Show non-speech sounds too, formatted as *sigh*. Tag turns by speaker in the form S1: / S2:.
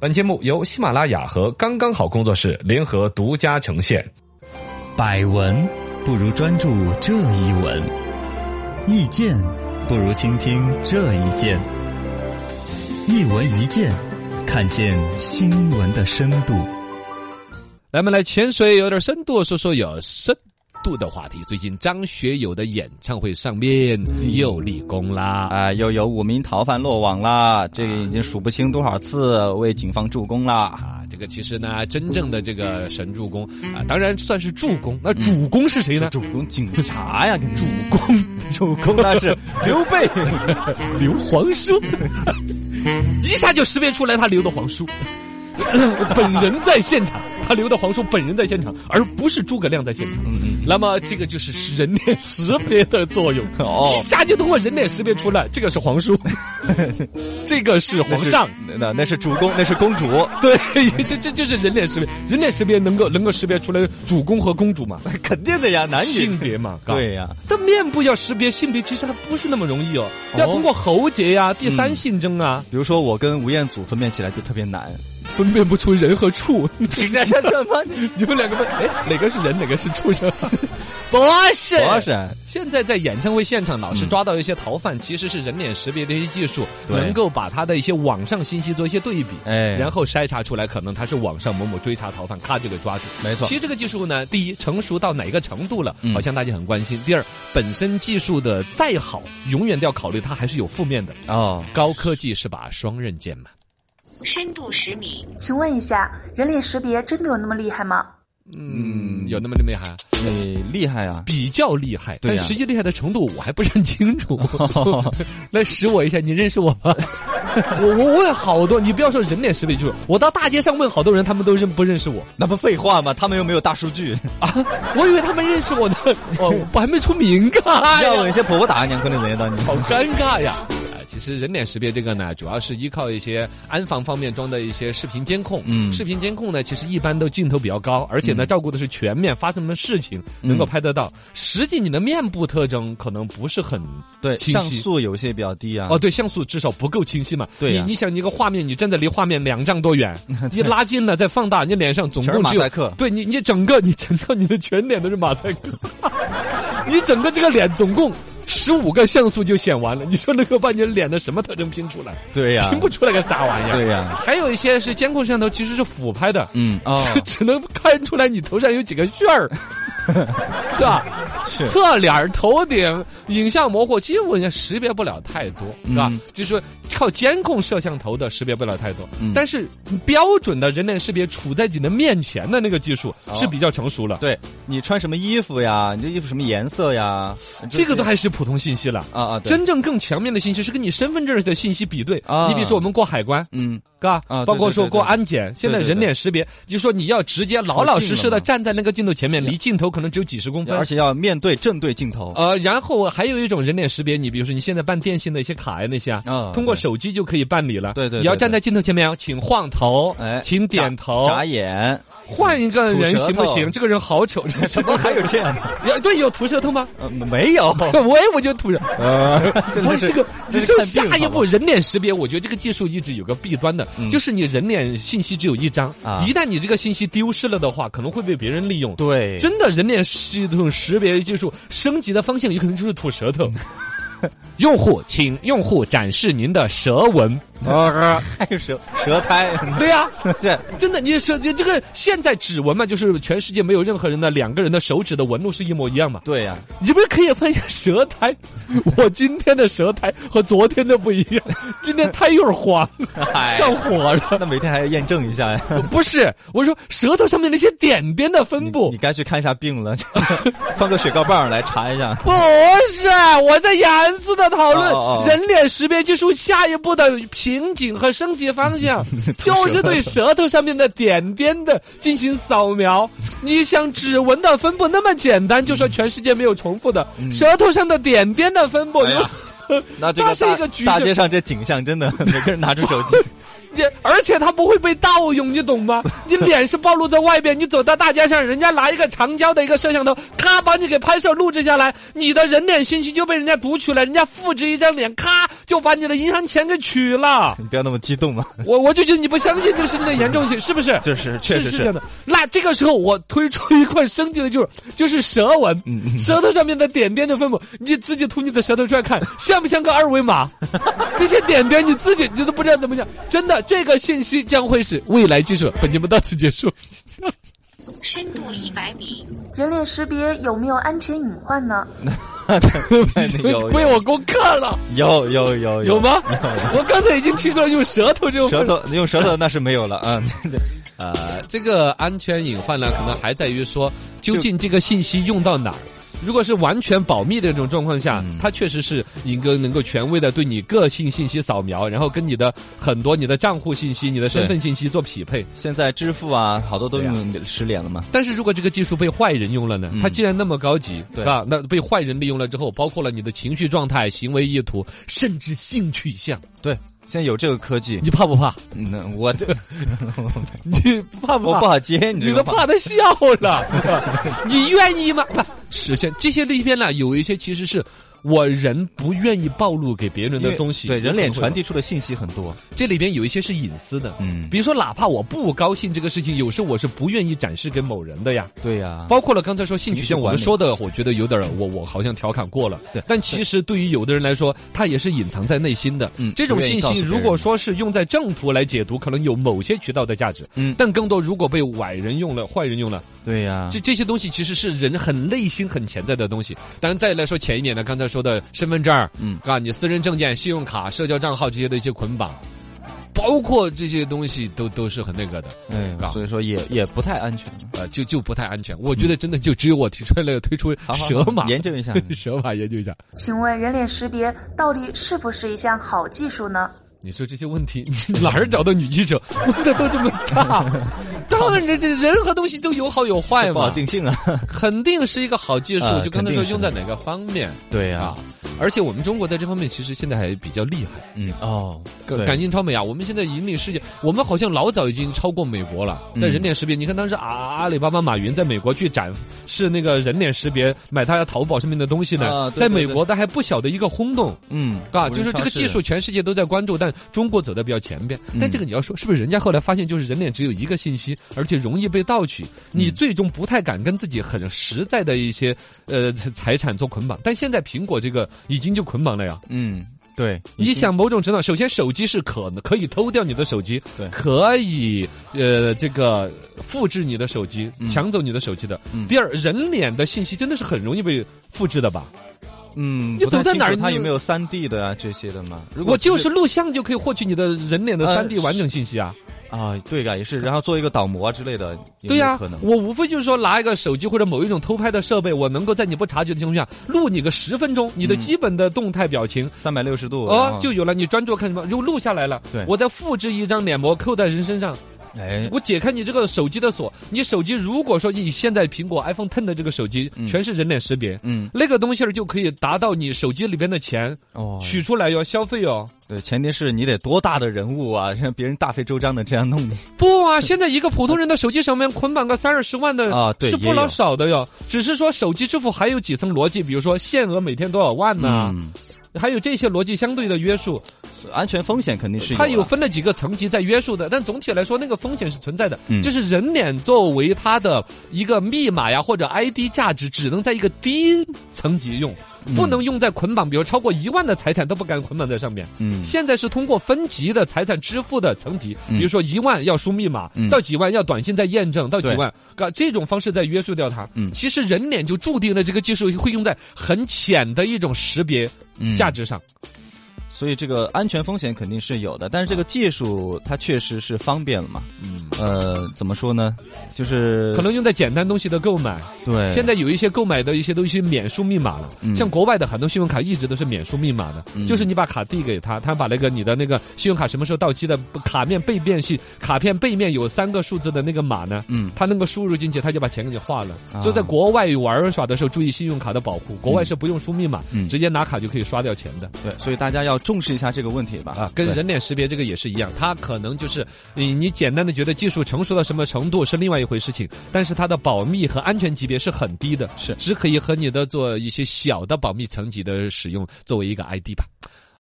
S1: 本节目由喜马拉雅和刚刚好工作室联合独家呈现。
S2: 百闻不如专注这一闻，意见不如倾听这一见。一闻一见，看见新闻的深度。
S3: 来，我们来潜水有点深度，说说有深度的话题。最近张学友的演唱会上面又立功啦，
S4: 啊、又有五名逃犯落网啦，这个已经数不清多少次为警方助
S1: 嗯
S4: 攻啦。
S3: 啊，这个其实呢，真正的这个神助攻啊，当然算是助攻。
S1: 嗯
S3: 那主攻是谁呢？
S4: 主攻警察呀，主公，主公那是刘备。
S3: 刘皇叔，
S4: *laughs*
S3: 一下就识别出来他留的皇叔， *clears throat* 本人在现场，他留的皇叔本人在现场，而不是诸葛亮在现场。
S4: 嗯
S3: 那么这个就是人脸识别的作用，
S4: *laughs* 哦
S3: 一下就通过人脸识别出来，这个是皇
S4: *laughs*
S3: 叔，这个是
S4: 嗯，
S3: 皇上，
S4: 那是那那是主公，那是公主，
S3: 对， *laughs* 这这就是人脸识别，人脸识别能够能够识别出来主公和公主
S4: *laughs*
S3: 嘛，
S4: 肯定的呀，男
S3: 性
S4: 女
S3: 别嘛，嘎
S4: 哎对呀、
S3: 但面部要识别性别，其实还不是那么容易哦，要通过喉结呀、第三性征啊，
S4: 比如说我跟吴彦祖分辨起来就特别难。
S3: 分辨不出人和 *laughs*
S4: *laughs*
S3: 畜。
S4: 这这这不
S3: 你们两个分，哎，哪个是人，哪个是 *laughs* 畜生？不是
S4: 不是
S3: 现在在演唱会现场，老是抓到一些逃犯，其实是人脸识别的一些技术，
S4: 对
S3: 能够把他的一些网上信息做一些对比，
S4: 哎
S3: 然后筛查出来，可能他是网上某某追查逃犯，咔就给抓住。
S4: 没错
S3: 其实这个技术呢，第一，成熟到哪一个程度了，
S4: 嗯
S3: 好像大家很关心；第二，本身技术的再好，永远都要考虑它还是有负面的。
S4: 哦，
S3: 高科技是把双刃剑嘛。
S5: 深度十米，
S6: 请问一下，人脸识别真的有那么厉害吗？
S3: 嗯，有那么厉害？
S4: 你厉害啊！
S3: 比较厉害，
S4: 对
S3: 但
S4: 呀
S3: 实际厉害的程度我还不是很清
S4: *laughs*
S3: 楚。来识我一下，你认识我吗？我我问好多，你不要说人脸识别技术，我到大街上问好多人，他们都认不认识我
S4: 那不废话吗？他们又没有大数
S3: *laughs*
S4: 据，
S3: 啊？我以为他们认识我呢，哦，我还没出名啊，
S4: 要有一些婆婆打娘可能轮到你。
S3: 好尴尬 *laughs* 呀。啊其实人脸识别这个呢，主要是依靠一些安防方面装的一些视频监控。
S4: 嗯
S3: 视频监控呢，其实一般都镜头比较高，而且呢，照顾的是全面发生什么事情能够拍得到。实际你的面部特征可能不是很
S4: 对，
S3: 清晰
S4: 像素有些比较低啊。
S3: 哦，对，像素至少不够清晰嘛。
S4: 对呀
S3: 你你想，你一个画面，你站在离画面两丈多
S4: *laughs*
S3: 远，你拉近了再放大，你脸上总
S4: 全是
S3: 共
S4: 马
S3: 只有
S4: 赛克
S3: 对你，你整个你整个你的全脸都是马赛克， *laughs* 你整个这个脸总共十五个像素就显完了，你说能够把你的脸的什么特征拼出来？
S4: 对呀、
S3: 拼不出来个啥玩意儿。
S4: 啊对呀
S3: 还有一些是监控摄像头，其实是俯拍的。
S4: 嗯哦， *laughs*
S3: *laughs* 只能看出来你头上有几个旋儿，是吧？
S4: 是
S3: 侧脸儿、头顶影像模糊，其实我也识别不了太多，是吧？
S4: 嗯
S3: 就是说靠监控摄像头的识别不了太多，
S4: 嗯
S3: 但是标准的人脸识别处在你的面前的那个技术
S4: 哦
S3: 是比较成熟了，
S4: 对你穿什么衣服呀？你这衣服什么颜色呀？
S3: 这个都还是普通信息了。
S4: 啊啊，对
S3: 真正更全面的信息是跟你身份证的信息比对，
S4: 啊
S3: 你比如说我们过海关，
S4: 嗯
S3: 嘎，
S4: 啊
S3: 包括
S4: 对对
S3: 说
S4: 对
S3: 过
S4: 对
S3: 安检，现在
S4: 对对
S3: 人脸识别，就说你要直接老老实实
S4: 靠近了
S3: 的
S4: 嘛
S3: 站在那个镜头前面，离镜头可能只有几十公分
S4: 而。且要面对啊正对镜头。
S3: 呃，然后还有一种人脸识别，你比如说你现在办电信的一些卡呀那些啊
S4: 啊，
S3: 通过
S4: 对
S3: 手机就可以办理了。
S4: 对对对
S3: 你要站
S4: 对
S3: 在镜头前面哦，请晃头，
S4: 哎
S3: 请点头，
S4: 眨眼，
S3: 换一个
S4: 吐
S3: 人
S4: 舌
S3: 行不
S4: 头
S3: 行？这个人好丑，
S4: 怎 *laughs* 么还有这样的？
S3: 有 *laughs* 对有吐舌头吗？
S4: 呃，没 *laughs* 有，
S3: 我也我就吐舌。
S4: 呃，真
S3: 不
S4: 的
S3: 是
S4: 是
S3: 这个，你
S4: 这
S3: 就是
S4: 看
S3: 下
S4: 病
S3: 一
S4: 好
S3: 步
S4: 吗
S3: 人脸识别，我觉得这个技术一直有个弊端的，
S4: 嗯
S3: 就是你人脸信息只有一张，
S4: 啊
S3: 一旦你这个信息丢失了的话，可能会被别人利用。
S4: 对，
S3: 真的，人脸系统识别技术升级的方向有可能就是吐舌头。 *laughs* 用户，请用户展示您的舌纹。
S4: *laughs* 还有舌舌苔，
S3: 对呀、
S4: *laughs* 对，
S3: 真的，你舌你这个现在指纹嘛，就是全世界没有任何人的两个人的手指的纹路是一模一样嘛。*laughs*
S4: 对呀，
S3: 你们可以分享舌苔，我今天的舌苔和昨天的不一样，今天苔有点黄，
S4: 哎
S3: 上火了。
S4: 那每天还要验证一下呀。
S3: *laughs* 不是，我说舌头上面那些点点的分布
S4: 你，该去看一下病了， *laughs* 放个雪糕棒来查一下。
S3: 不是，我在严肃的讨论
S4: 哦哦哦
S3: 人脸识别技术下一步的瓶颈和升级方
S4: *laughs*
S3: 向，就是对舌头上面的点点的进行扫描。你想指纹的分布那么简单，就说全世界没有重复的，舌头上的点点的分布，
S4: 嗯哎呀那这
S3: 它
S4: 个
S3: 是一
S4: 大
S3: 个局
S4: 大
S3: 势 *laughs*
S4: 街上这景象真的，每个人拿出手机，
S3: 你而且它不会被盗用，你懂吗？你脸是暴露在外边，你走到大街上，人家拿一个长焦的一个摄像头，咔把你给拍摄录制下来，你的人脸信息就被人家读取了，人家复制一张脸，咔就把你的银行钱给取了。
S4: 你不要那么激
S3: *laughs*
S4: 动嘛。 *laughs*
S3: 我我就觉得你不相信这个事情的严重性，是不是？
S4: 就是，确
S3: 是
S4: 实
S3: 是这样的。那这个时候我推出一块升级的，就是就是舌纹，
S4: 嗯
S3: 舌头上面的点点的分布，你自己吐你的舌头出来看，像不像个二维码？ *laughs* 那些点点你自己你都不知道怎么讲。真的，这个信息将会是未来技术。本节目到此结束。
S5: 深度一百米，
S6: 人脸识别有没有安全隐患呢？
S4: 哎
S3: *laughs*
S4: 有
S3: 被我攻克了，
S4: 有有有
S3: 有？吗？我刚才已经提出了用舌头这种
S4: 舌头用舌头那是没有了啊，对
S3: 呃，这个安全隐患呢，可能还在于说，究竟这个信息用到哪儿。如果是完全保密的这种状况下，它确实是一个能够权威的对你个性信息扫描，然后跟你的很多你的账户信息、你的身份信息做匹配。
S4: 现在支付啊，好多都用识脸了嘛。
S3: 但是如果这个技术被坏人用了呢？它既然那么高级，
S4: 对
S3: 吧？那被坏人利用了之后，包括了你的情绪状态、行为意图，甚至性取向，
S4: 对，现在有这个科技，
S3: 你怕不怕？
S4: 嗯那我这
S3: *laughs* 你怕不
S4: *laughs* 我
S3: 怕
S4: 不？好接你
S3: *laughs* 你
S4: 这
S3: 都
S4: 个话。
S3: 怕他笑
S4: *laughs*
S3: 了，你愿意吗？不，实现这些里边呢，有一些其实是我人不愿意暴露给别人
S4: 因
S3: 的
S4: 为
S3: 东西，
S4: 对人脸传
S3: 递，
S4: 递出的信息很多，
S3: 这里边有一些是隐私的，
S4: 嗯
S3: 比如说哪怕我不高兴这个事情，有时候我是不愿意展示给某人的呀。
S4: 对呀，
S3: 包括了刚才说性取
S4: 情
S3: 向，
S4: 绪
S3: 我
S4: 管
S3: 们
S4: 理
S3: 说的，我觉得有点儿我我好像调侃过了。
S4: 对
S3: 但其实对于有的人来说，他也是隐藏在内心的。
S4: *laughs* 嗯
S3: 这种信
S4: 不愿
S3: 息
S4: 意告诉别
S3: 如
S4: 人
S3: 果说是用在正途来解读，可能有某些渠道的价值。
S4: 嗯
S3: 但更多如果被坏人用了，坏人用了，
S4: 对呀
S3: 这，这些东西其实是人很内心很潜在的东西。当然再来说前一点呢，刚才说的身份证儿，
S4: 嗯
S3: 啊，你私人证件、信用卡、社交账号这些的一些捆绑，包括这些东西都都是很那个的，
S4: 哎
S3: 搞，
S4: 所以说也也不太安全了。
S3: 呃，就就不太安全。我觉得真的就只有我提出来推出
S4: 好好好
S3: 蛇马，
S4: 研究一下
S3: *laughs* 蛇马研究一下。
S6: 请问人脸识别到底是不是一项好技术呢？
S3: 你说这些问题你哪儿找到女记者？问的都这么大，当然这这人和东西都有好有坏
S4: 不好
S3: 嘛，
S4: 定性啊，
S3: *laughs* 肯定是一个好技术。
S4: 呃
S3: 就刚才
S4: 肯
S3: 说
S4: 定是
S3: 用在哪个方面。
S4: 对
S3: 啊，而且我们中国在这方面其实现在还比较厉害，
S4: 嗯哦，
S3: 赶赶，紧超美啊！我们现在引领世界，我们好像老早已经超过美国了，在
S4: 嗯
S3: 人脸识别。你看当时啊，阿里巴巴马云在美国去展示那个人脸识别，买他淘宝上面的东西呢，
S4: 啊对
S3: 在
S4: 对
S3: 美
S4: 对
S3: 国它还不小的一个轰动。
S4: 嗯
S3: 啊，就是这个技术，全世界都在关注，但中国走的比较前边。但
S4: 嗯
S3: 这个你要说，是不是人家后来发现，就是人脸只有一个信息，而且容易被盗取，你
S4: 嗯
S3: 最终不太敢跟自己很实在的一些呃财产做捆绑。但现在苹果这个已经就捆绑了呀。
S4: 嗯，对，
S3: 你
S4: 已经
S3: 想某种程度上，首先手机是可可以偷掉你的手机，
S4: 对
S3: 可以呃这个复制你的手机，
S4: 嗯
S3: 抢走你的手机的。
S4: 嗯
S3: 第二，人脸的信息真的是很容易被复制的吧？
S4: 嗯，
S3: 你
S4: 不太
S3: 走到
S4: 清
S3: 哪儿
S4: 楚它
S3: 你
S4: 有没有三 D 的啊这些的嘛？如果
S3: 我就是录像就可以获取你的人脸的
S4: 呃
S3: 三 D 完整信息啊。
S4: 啊，对的，也是，然后做一个导模啊之类的，有
S3: 对
S4: 没有
S3: 呀、
S4: 可能
S3: 我无非就是说拿一个手机或者某一种偷拍的设备，我能够在你不察觉的情况下录你个十分钟，你的
S4: 嗯
S3: 基本的动态表情。
S4: 三百六十度啊然
S3: 哦
S4: 后，
S3: 就有了。你专注看什么？又录下来了。
S4: 对
S3: 我再复制一张脸膜扣在人身上。
S4: 哎，
S3: 我解开你这个手机的锁。你手机如果说你现在苹果 iPhone Ten 的这个手机
S4: 嗯
S3: 全是人脸识别，
S4: 嗯
S3: 那个东西儿就可以达到你手机里边的钱
S4: 哦，
S3: 取出来哟，消费哟。
S4: 对，前提是你得多大的人物啊，让别人大费周章的这样弄你
S3: 不啊，现在一个普通人的手机上面捆绑个三二十万的
S4: 啊对
S3: 是
S4: 也
S3: 不
S4: 有
S3: 老少的哟。只是说手机支付还有几层逻辑，比如说限额每天多少万呢、
S4: 嗯
S3: 还有这些逻辑相对的约束，
S4: 安全风险肯定是
S3: 它有
S4: 有的啊
S3: 分了几个层级在约束的。但总体来说，那个风险是存在的。
S4: 嗯
S3: 就是人脸作为它的一个密码呀或者 ID 价值，只能在一个低层级用，
S4: 嗯
S3: 不能用在捆绑，比如超过一万的财产都不敢捆绑在上面。
S4: 嗯
S3: 现在是通过分级的财产支付的层级，
S4: 嗯
S3: 比如说一万要输密码，
S4: 嗯
S3: 到几万要短信再验证，到几
S4: 对
S3: 万，啊，这种方式在约束掉它。
S4: 嗯
S3: 其实人脸就注定了这个技术会用在很浅的一种识别
S4: 嗯
S3: 价值上。
S4: 所以这个安全风险肯定是有的，但是这个技术它确实是方便了嘛，嗯，呃，怎么说呢？就是
S3: 可能用在简单东西的购买。
S4: 对
S3: 现在有一些购买的一些东西免输密码了，
S4: 嗯
S3: 像国外的很多信用卡一直都是免输密码的，
S4: 嗯
S3: 就是你把卡递给他，他把那个你的那个信用卡什么时候到期的卡面背面是卡片背面有三个数字的那个码呢。
S4: 嗯
S3: 他能够输入进去，他就把钱给你划了。
S4: 啊
S3: 所以在国外玩耍的时候，注意信用卡的保护。国外是不用输密码，
S4: 嗯
S3: 直接拿卡就可以刷掉钱的。
S4: 对，所以大家要重视一下这个问题吧。
S3: 啊，跟
S4: 对
S3: 人脸识别这个也是一样，它可能就是你你简单的觉得技术成熟到什么程度是另外一回事情，但是它的保密和安全级别是很低的，
S4: 是
S3: 只可以和你的做一些小的保密层级的使用作为一个 ID 吧。